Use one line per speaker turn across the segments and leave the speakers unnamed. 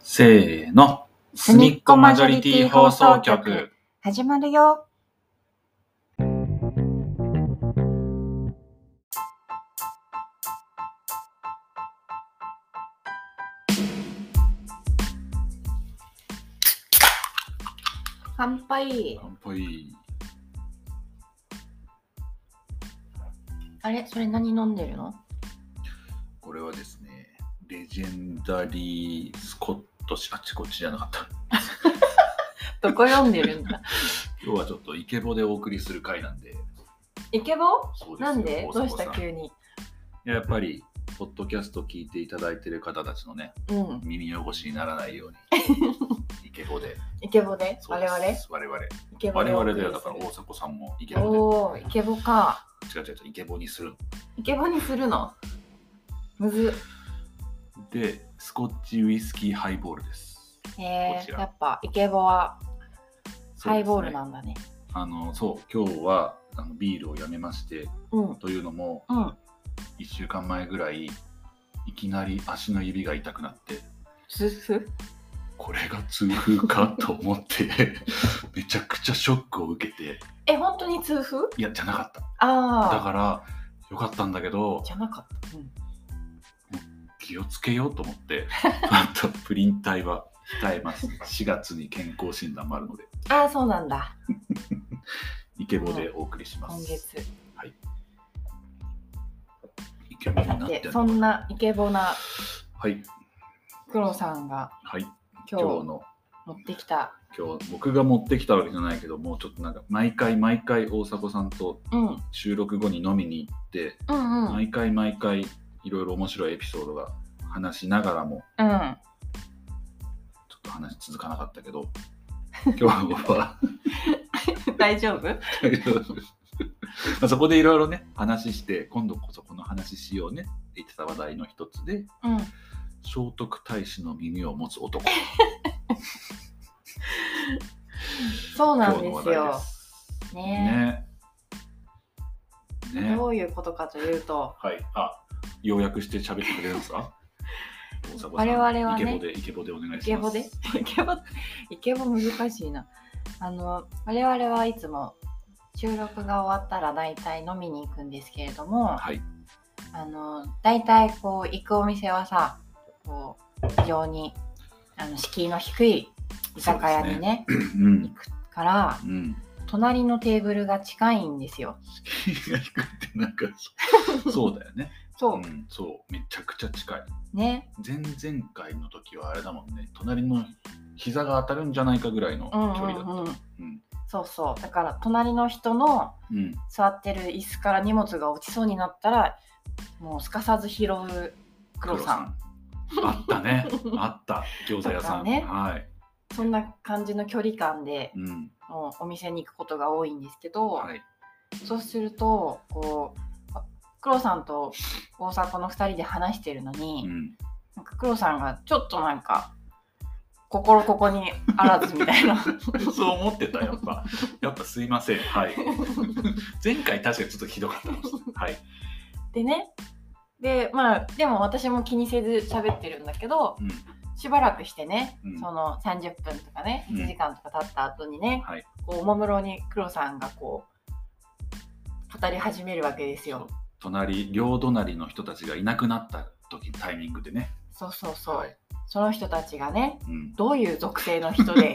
せーの。すみっこマジョリティ放送局。
始まるよ。乾杯。
乾杯。
あれそれ何飲んでるの
これはですね、レジェンダリー・スコットし、あっちこっちじゃなかった。
どこ読んでるんだ
今日はちょっとイケボでお送りする回なんで。
イケボ
そうですよ
なんで
大
ど
迫
うし
さん
た急に。
いややっぱり、ポッドキャスト聞いていただいてる方たちのね、
うん。
耳汚しにならない ように、イケボで。
イケボで
そう
我
です我
々
々。
イケボ
我
でお送
々
りす
だよ。
る。
だから大迫さんもイケボ
おおー、イケボか。
で。違う違う違う、イケボにする。
イケボにするのむず。
で、スコッチウイスキーハイボールです。
え
こち
ー、
ら
やっぱイケボはハイボール
そうですね
なんだね。
あのそう今日はあのビールをやめまして
うん。
というのも
うん。
1週間前ぐらいいきなり足の指が痛くなって
すす
これが痛風かと思って めちゃくちゃショックを受けて
え、本当に痛風
いやじゃなかっただ
ああ。
からよかったんだけど
じゃなかった。うん。
気をつけようと思って あとプリン体は控えます4月に健康診断もあるので
ああ、そうなんだ。
イケボでお送りしま
今
す
月。
イケボになって
で
る、の
そんなイケボな
はい
黒さんが
はい
今
今日
日
の
持ってきた。
今日僕が持ってきたわけじゃないけどもうちょっとなんか毎回毎回大迫さんと
うん。うん
収録後に飲みに行って、
うん。
毎回毎回いろいろ面白いエピソードが話しながらも
うん。
ちょっと話続かなかったけど今日は
大丈夫
まあそこでいろいろね話して今度こそこの話しようねって言ってた話題の一つで
うん。
聖徳太子の耳を持つ男
そう
今
なん
日の話
です
題
よ
で。す。
ね
ねね
どういうことかというと、
はい。あ、要約して喋ってくれるんですか大迫さん
我々は
イ
ね
ケボで、イケボでお願いします。
イケボで、イケボ、イケボ難しいな。あの、我々はいつも収録が終わったら大体飲みに行くんですけれども、
はい。
あの、大体こう、行くお店はさ、こう、非常に、あの、敷居の低い居酒屋にね、
う
行
ん。
くから、
うん。
隣のテーブルが近いんですよ。
敷居が低くて、なんか そ、そうだよね。
そうう、
ん。そう。めちゃくちゃ近い。
ね。
前々回の時はあれだもんね。隣の膝が当たるんじゃないかぐらいの距
うんう
離だった。
んうん。
うん。
そうそう。だから、隣の人の
うん。
座ってる椅子から荷物が落ちそうになったらもうすかさず拾う黒さん
黒さん。あったね。 あった。餃子屋さ
とか
ん。
ね
はい。
そんな感じの距離感で
うん。
もうお店に行くことが多いんですけど、
はい。
そうするとこうあ黒さんと大迫の2人で話してるのに、
うん。
なんか黒さんがちょっとなんか心ここにあらずみたいな
そう思ってた、やっぱ。やっぱすいません。はい。 前回確かにちょっとひどかったかもしれない。はい。
でねでまあでも私も気にせず喋ってるんだけど
うん。
しばらくしてね、
うん
その30分とかね
うん
1時間とか経った後にね、
はい
こうおもむろに黒さんがこう語り始めるわけですよ。
隣、両隣の人たちがいなくなった時タイミングでね。
そうそうそう、
はい
その人たちがね
うん。
どういう属性の人 で、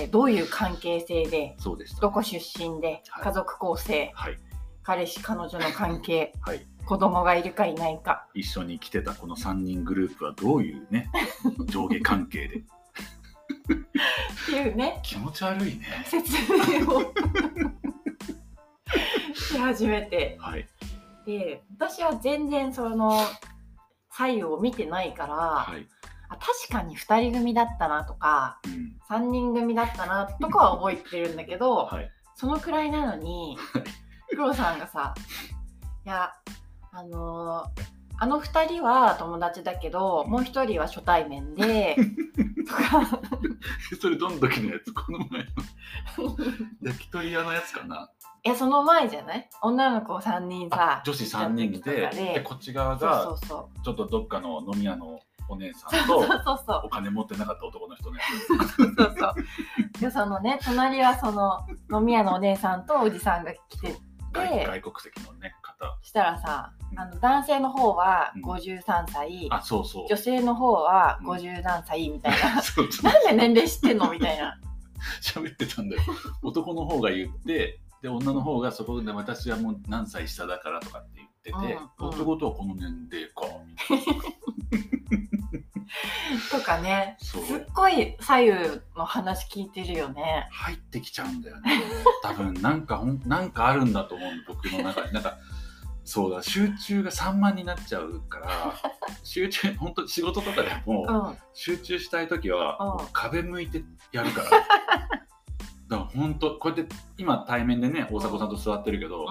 えーどういう関係性で
そうでした。
どこ出身で
はい
家族構成
はい。
彼氏彼女の関係、
はい
子供がいるかいないか
一緒に来てたこの3人グループはどういう ね、上下関係で。
っていうね
気持ち悪いね。
説明 をし始めて。
はい。
で私は全然その左右を見てないから、
はい。
あ確かに2人組だったなとか
うん。
3人組だったなとかは覚えてるんだけど、
はい。
そのくらいなのに黒さんがさ「いやあのーあの2人は友達だけどもう1人は初対面 で」とか
それどん時のやつ、この 前の焼き鳥屋のやつかな。
いやその前じゃない女の子3人さ
女子3人で、
行った時とかで
で、こっち側
そう
が
そうそう
ちょっとどっかの飲み屋のお姉さん
そ
と
うそうそうそう
お金持ってなかった男の人ね。
そうそうでそのね隣はその飲み屋のお姉さんとおじさんが来て
外
で
外国籍のね方。
したらさ
うん
あの男性の方は
うん
53歳、
あそうそう。
女性の方は
うん、
50何歳みたい な
そうそう
なんで年齢知ってんのみたいな
喋ってたんだよ。男の方が言ってで女の方がそこで私はもう何歳下だからとかって言ってて、
うんうん
ってことはこの年齢かみたい
とかね
な。そう
すっごい左右の話聞いてるよね
入ってきちゃうんだよね。多分なんかほんなんかあるんだと思う僕の中になんかそうだ集中が散漫になっちゃうから集中本当仕事とかでも、
うんうん
集中したい時は、
うん
壁向いてやる からだから本当こうやって今対面でね大迫さんと座ってるけど、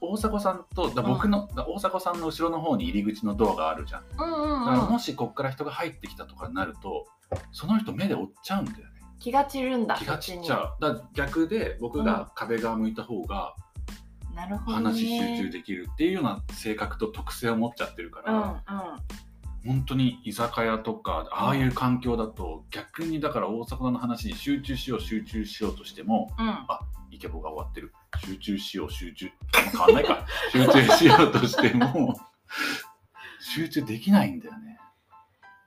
大迫さんとだから僕の、だから大迫さんの後ろの方に入り口のドアがあるじゃん、
うんう
だ
ん
から
うん
もしこっから人が入ってきたとかになるとその人目で追っちゃうんだよね
気が散るんだ
気が散っちゃうだから逆で僕が壁側向いた方が
そっちになるほど、ね、
話集中できるっていうような性格と特性を持っちゃってるか
う
ら、
んうん
本当に居酒屋とかああいう環境だと逆にだから大阪の話に集中しよう集中しようとしても
うん
イケボが終わってる集中しよう集中変わんない か集中しようとしても集中できないんだよね。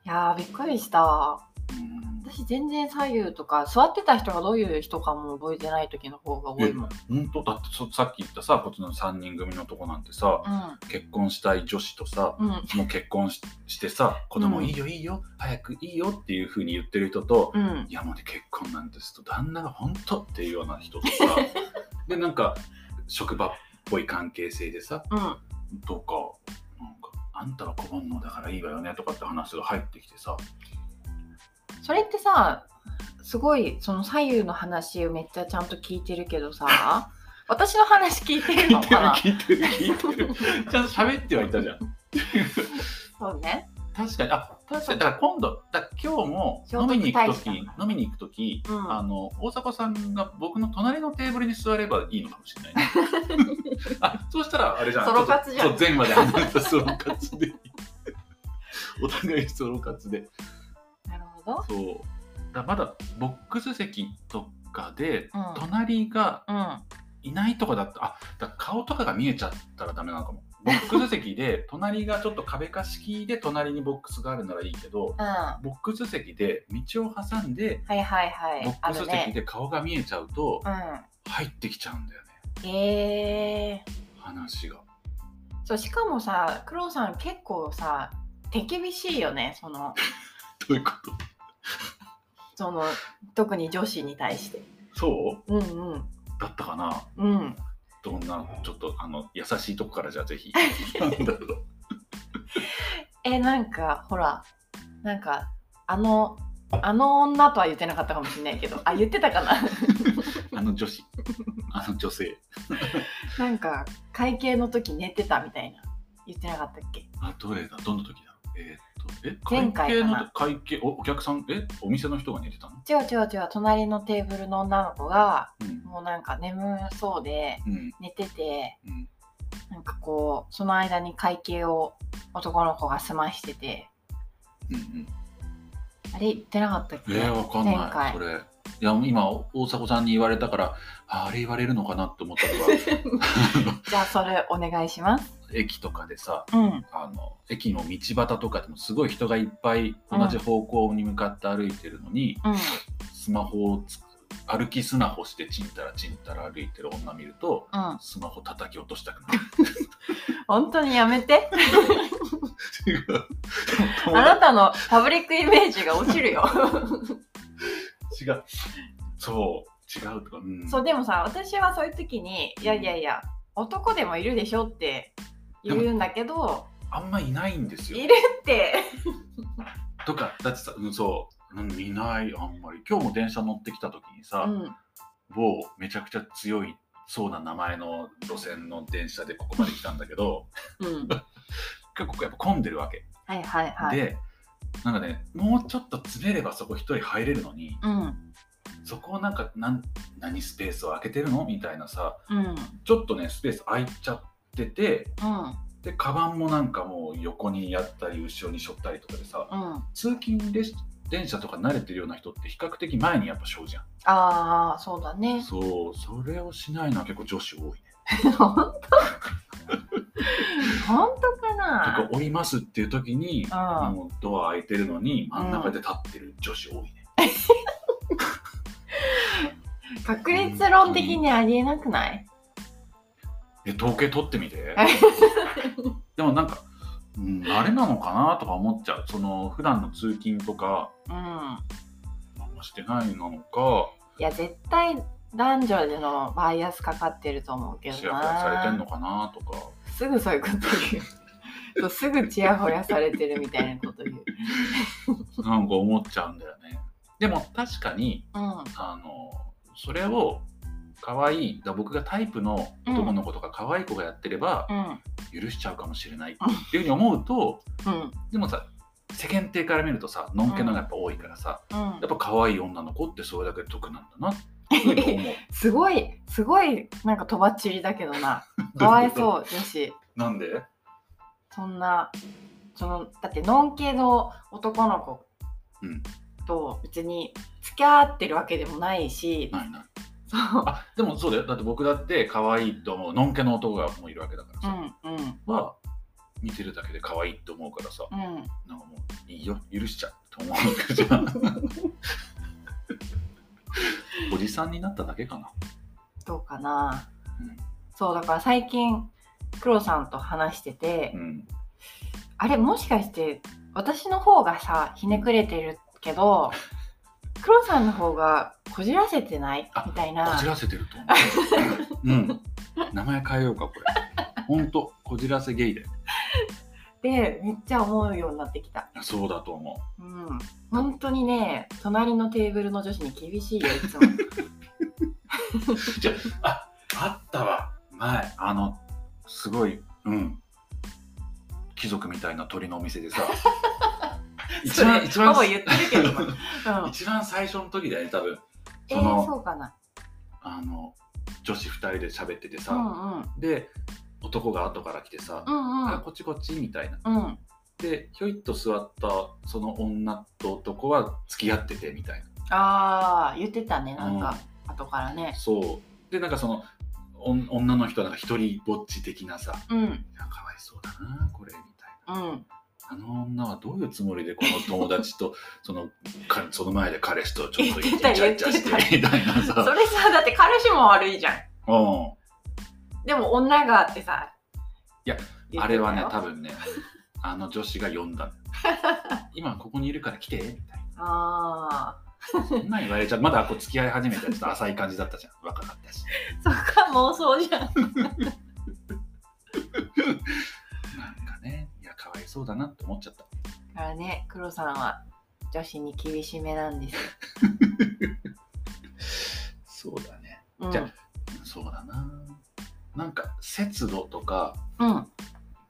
いやーびっくりした
うん
私全然左右とか座ってた人がどういう人かも覚えてない時の方が多いもん、
本当だってそさっき言ったさこっちの3人組のとこなんてさ結婚したい女子とさ
うんうん
もう結婚ししてさ子供いいよいいよ早くいいよっていうふうに言ってる人と
うん
いやもうね結婚なんですと旦那が本当っていうような人と さでなんか職場っぽい関係性でさ
うん
とかなんかあんたは拒むのだからいいわよねとかって話が入ってきてさ
それってさすごいその左右の話をめっちゃちゃんと聞いてるけ どさ私の話聞いてるのかな
聞いてる聞いてる聞いてる ちゃんと喋ってはいたじゃん
そうね
確かにあ確かにだから今度だから今日も
聖徳
飲みに行く
太子
時飲みに行く時、
うん
あの大迫さんが僕の隣のテーブルに座ればいいのかもしれない、ね、 あそうしたらあれじゃん
ソロ活じゃん
ちょっとそう前まで話したソロ活 でお互いソロ活で
なるほど
そうだからまだボックス席とかで
うん
隣が
うん
いないとかだったあだから顔とかが見えちゃったらダメなのかもボックス席 で隣がちょっと壁か敷居で隣にボックスがあるならいいけど
うんは
ボックス席で道を挟んで
いはいは
ボ
いあ
ックス
る
席
ね
で顔が見えちゃうと
う
入ってきちゃうんだよね
んえー、
話が
そうしかもさクロウさん結構さ手厳しいよねその
どういうこと
その特に女子に対して
そう
うんうん
だったかな
うん
どんなちょっとあの優しいとこからじゃあ ぜひなんだろう
えなんかほらなんかあのあの女とは言ってなかったかもしれないけどあ言ってたか な
あの女子あの女性
なんか会計の時寝てたみたいな言ってなかったっけ
あどれだどの時だろうえーっとえ会
前回
計
か
の
な
会計おお客さんえお店の人が寝てたの
違う違う違う隣のテーブルの女の子が
うん
もうなんか眠そうで
うん
寝てて
うん
なんかこうその間に会計を男の子が済ましてて
うんうん
あれ言ってなかったっ
え
け、
ー、わかん
前
ない
回
それいや今大迫さんに言われたからああれ言われるのかなって思ったのが
じゃあそれお願いします
駅とかでさ
うん
あの駅の道端とかでもすごい人がいっぱい同じ方向に向かって歩いてるのに、
うん
スマホをつ歩きスマホしてちんたらちんたら歩いてる女見ると
うん
スマホ叩き落としたくなる
本当にやめて
違うでも友
あ
達
なたのパブリックイメージが落ちるよ
違う。そう、違うとか。うん、
そうでもさ私はそういう時にいやいやいや男でもいるでしょって言うんだけど
あんまいないんですよ
い。るって
とか、だってさ、うん、そう、うん、いない、あんまり。今日も電車乗ってきた時にさ、
うん
某めちゃくちゃ強いそうな名前の路線の電車でここまで来たんだけど、
うん
結構やっぱ混んでるわけ。
はいはいはい
で、なんかね、もうちょっとずれればそこ一人入れるのに、
うん
そこをなんか、なん何スペースを空けてるのみたいなさ、
うんうん
ちょっとね、スペース空いちゃってて、ででカバンもなんかもう横にやったり後ろにしょったりとかでさ
うん、あ
通勤列電車とか慣れてるような人って比較的前にやっぱしょうじゃん
あーそうだね
そうそれをしないのは結構女子多いね
本当本当か
とか
な
降りますっていう時に
うん
もうドア開いてるのに真ん中で立ってる女子多いね、
確率論的にありえなくない
え統計取ってみ てでもなんか、うん、あれなのかなとか思っちゃうその普段の通勤とか
うん
あんましてないなのか
いや絶対男女でのバイアスかかってると思うけ
ち
ど
やほやされてんの
な
かなとか
すぐそういうこと言うそうすぐちやほやされてるみたいなこと言う
なんか思っちゃうんだよねでも確かに
うん
あのそれを可愛いだ僕がタイプの男の子とか可愛い子がやってれば
うん
許しちゃうかもしれないっていうふうに思うと
うん
でもさ世間体から見るとさのんけのがやっぱ多いからさ
うん
やっぱ可愛い女の子ってそれだけ得なんだなっていうふうに 思う
すごいすごいなんかとばっちりだけどなかわいそう
う
女子
なんで
そんなそのだってノン系の男の子
うん
と別に付き合ってるわけでもないし、
ないない
そう
あでもそうだよだって僕だって可愛いと思うのんけの男がもういるわけだから
う
さ、
んうん
は見てるだけで可愛いと思うからさ
うん
なんかもういいよ許しちゃうと思うわけじゃ んおじさんになっただけかな
どうかな、
うん
そうだから最近クロさんと話してて、
うん
あれもしかして私の方がさひねくれてるけどクロさんの方がこじらせてない
あ
みたい
こ
な
じらせてると思 ううん名前変えようかこれほんとこじらせゲイで
でめっちゃ思うようになってきた
そうだと思
うん本当にね隣のテーブルの女子に厳しいよいつも
う じゃああったわ前あのすごいうん貴族みたいな鳥のお店で さ一番一番
ほぼ言ってるけど、う ん、
一番最初の時だよね多分
え
その
ー、そうかな
あの女子2人で喋ってて
う
さ、
んうん
で男が後から来てさ「
うんう
あ
ん
こっちこっち」みたいな
うん
でひょいっと座ったその女と男は付き合っててみたい
あー言ってたね
な、
なんか、後から
うん
ね
そうでなんかそのおん女の人はなんか一人ぼっち的なさ「
う
い
ん
やかわいそうだなこれ」みたいな。
うん
あの女はどういうつもりでこの友達と そのかその前で彼氏とちょっとイ
言
チ
ってた
ャイチャして
言 っ
みたいな
そ
さ、
れさだって彼氏も悪いじゃん
うん、
でも女がってさ
いや
言っ
あ
てた
れ
よ
はね多分ねあの女子が呼んだの今ここにいるから来てみたい
あ
なそんなん言われちゃうまだこう付き合い始めたらちょっと浅い感じだったじゃん若かったし
ーそっか妄想じゃん
なんかねいやかわいそうだなって思っちゃった
だからね黒さんは女子に厳しめなんです
そ
よ、
うだね
うん、
じゃそうだななんか節度とか
うん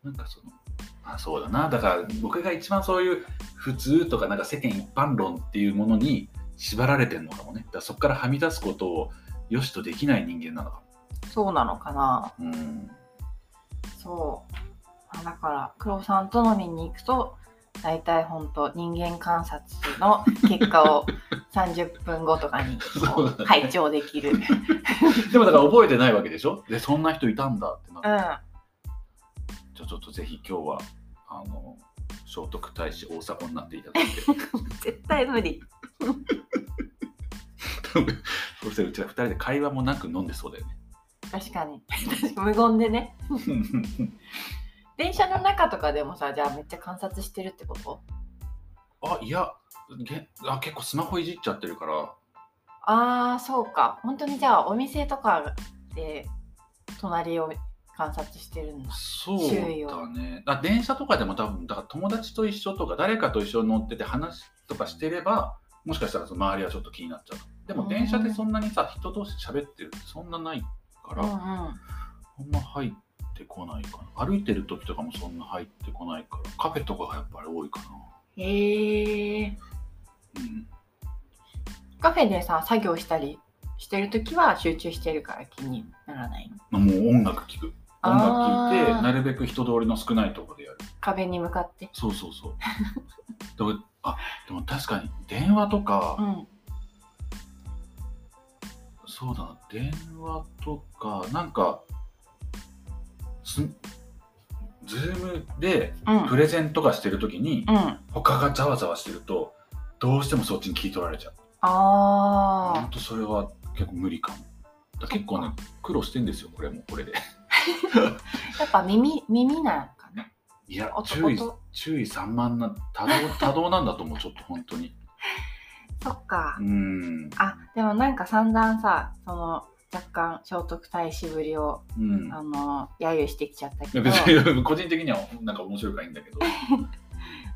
なんかそのあそうだなだから僕が一番そういう普通とかなんか世間一般論っていうものに縛られてんのかもねだからそこからはみ出すことをよしとできない人間なのか
そうなのかな
もうん
そうあだから黒さんと飲みに行くと大体ほんと人間観察の結果 を30分後とかにこ
そうだ
う
ね
拝聴できるうん
でもだから覚えてないわけでしょでそんな人いたんだってなってじゃあちょっとぜひ今日はあの聖徳太子大迫になっていただいて
絶対無理
多分そうせうちら2人で会話もなく飲んでそうだよね
確かに無言でね電車の中とかでもさじゃあめっちゃ観察してるってこと
あいやげあ結構スマホいじっちゃってるから
ああそうか本当にじゃあお店とかで隣を観察してるんだ
そう
周囲
だ
を
ねあ電車とかでも多分だから友達と一緒とか誰かと一緒に乗ってて話とかしてればもしかしたらその周りはちょっと気になっちゃうでも電車でそんなにさ人同士喋ってるってそんなないから、
うんうん
あんま入ってこないかな歩いてる時とかもそんな入ってこないからカフェとかがやっぱり多いか
へえ
なうん
カフェでさ作業したりしてるときは集中してるから気にならないの
まあもう音楽聴く音楽聴い
あ
て
ー
なるべく人通りの少ないところでやる
壁に向かって。
そうそう そうでもあでも確かに電話とか、
うん。
そうだな電話とかなんかすズームで
うん。
プレゼンとかしてる時に、
うん。あ
他がざわざわしてるとどうしてもそっちに聞い取られちゃうほ
あ
んとそれは結構無理かもだから結構ね苦労してんですよこれもこれで
ー。やっぱ耳、耳なんかな。
いや
音
注意
音
注意散漫な多動 多動なんだと思うちょっと本当に
そっか
う。ん
あ、でもなんか散々さ、その、若干聖徳太子ぶりを、
うん
あの、揶揄してきちゃった
い
け
や
ど
別。に 個人的にはなんか面白いからいいんだけど、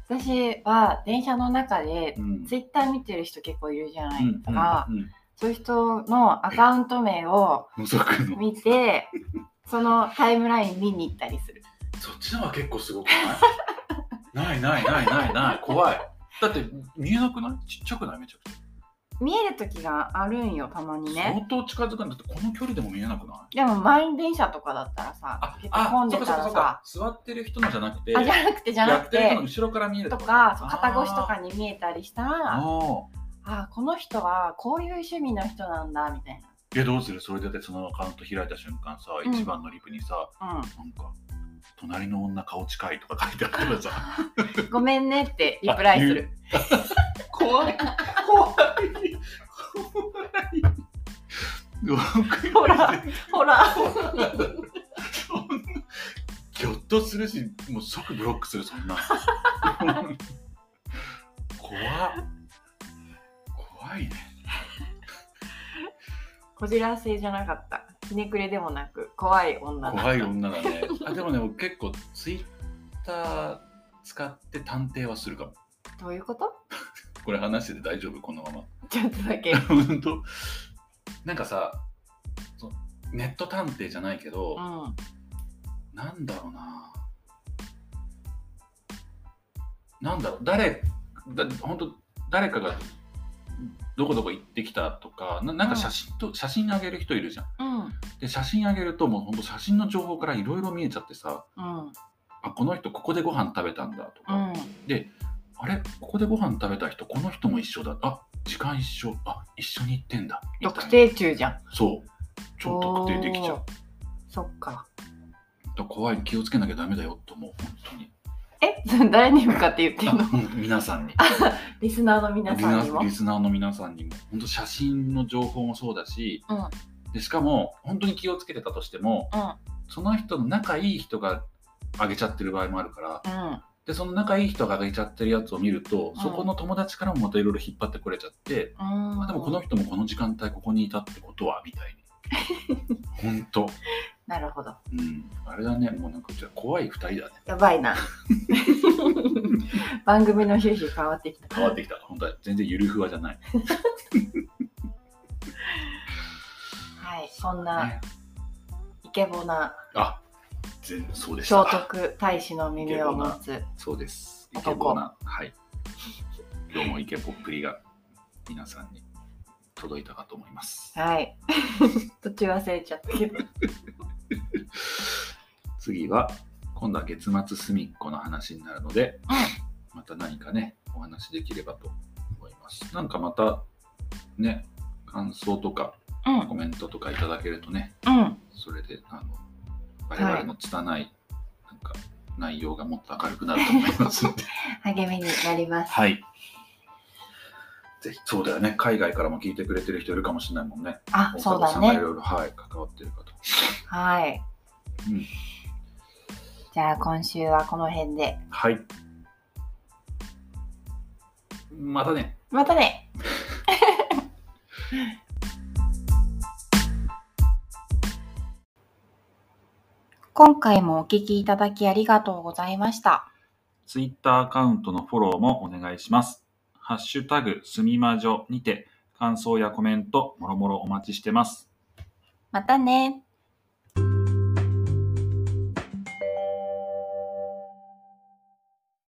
私は電車の中で
うん、う ん
ツイッター見てる人結構いるじゃないですか、
うん
そういう人のアカウント名を
うん、覗くの
見てそのタイムライン見に行ったりする
そっちのは結構すごくない ないないないないない怖いだって見えなくないちっちゃくないめちゃくち
見える時があるんよたま
ゃ、
にね
相当近づくんだってこの距離でも見えなくない
でも満員電車とかだったらさ
あ
結構
あ
混んで
そ
た
うかそうからそうか
さ
座ってる人のじゃなくて
あじゃなくてじゃ
や
な
っ
く
てる人の
て
後ろから見える
と
こ
かそう肩越しと
あ
か
ー
に見えたりし
あ
たらあ
あ
あこの人はこういう趣味の人なんだみたい
えどうするそれでだってそのアカウント開いた瞬間さ、
うん
一番のリプにさ
な、う
な
ん
んか「隣の女顔近い」とか書いてあ ったらさ
ごめんねってリプライする
怖い怖い怖い
ほらほら
そんなぎょっとするしもう即ブロックするそんな怖っ怖いね
こじらせじゃなかった。ひねくれでもなく、怖い女だった
怖い女だねあでもね僕結構ツイッター使って探偵はするかも
どういうこと
これ話してて大丈夫このまま
ちょっとだけ。
ほんとなんかさそネット探偵じゃないけど、
うん。
なんだろうななんだろう誰だ本当誰かがどこどこ行ってきたとかななんか写真と、写真あげる人いるじゃん
うん。
で写真あげるともう本当写真の情報からいろいろ見えちゃってさ
うん。
あこの人ここでご飯食べたんだと
う
か、
ん。
あれここでご飯食べた人この人も一緒だあ時間一緒あ一緒に行ってんだみたいな
特定中じゃん。
そう超特定できちゃう
おーそっか。
だから怖い気をつけなきゃダメだよと思う本当 に
え、それ誰に向かって言ってんの
あうん皆さんに
リスナーの皆さんにも
リ。スナーの皆さんにも本当写真の情報もそうだし、
うん
でしかも本当に気をつけてたとしても、
うん
その人の仲いい人が上げちゃってる場合もあるから
うん。
でその仲いい人が上げちゃってるやつを見ると、
うん
そこの友達からもまたいろいろ引っ張ってくれちゃって、
う
あ
ん。
でもこの人もこの時間帯ここにいたってことはみた いに本当、
なるほど。
うん、あれだねもうなんかじゃあ怖い2人だね
や ばいな。 番組の趣旨変わってきた。
変わってきた本当は全然ゆるふわじゃない、
はい。そんな
ね、
イケボな
あ全そうでし
聖
た
徳太子の耳を持つ。
そうです。イ
男
ケボな、はい。今日もイケボっぷりが皆さんに届いたかと思います。
はい。 途中忘れちゃったけど。
次は、今度は月末隅っこの話になるので、また何かね、お話できればと思います。なんかまた、ね、感想とか
うん。
コメントとかいただけるとね、
うん。
それで、あの、我々の拙い、なんか、内容がもっと明るくなると思い ますんで。
励みになります。
はい。ぜひ、そうだよね。海外からも聞いてくれてる人いるかもしれないもんね。
あ、
大
そう
迫
だ
さんがい
ね。
ろいろ、はい、関わってる方。
はい。
うん
じゃあ今週はこの辺で。
はい。またね。
またね 今回もお聞きいただきありがとうございました。
ツイッターアカウントのフォローもお願いします。ハッシュタグ、すみまじょにて、感想やコメント、もろもろお待ちしてます。
またね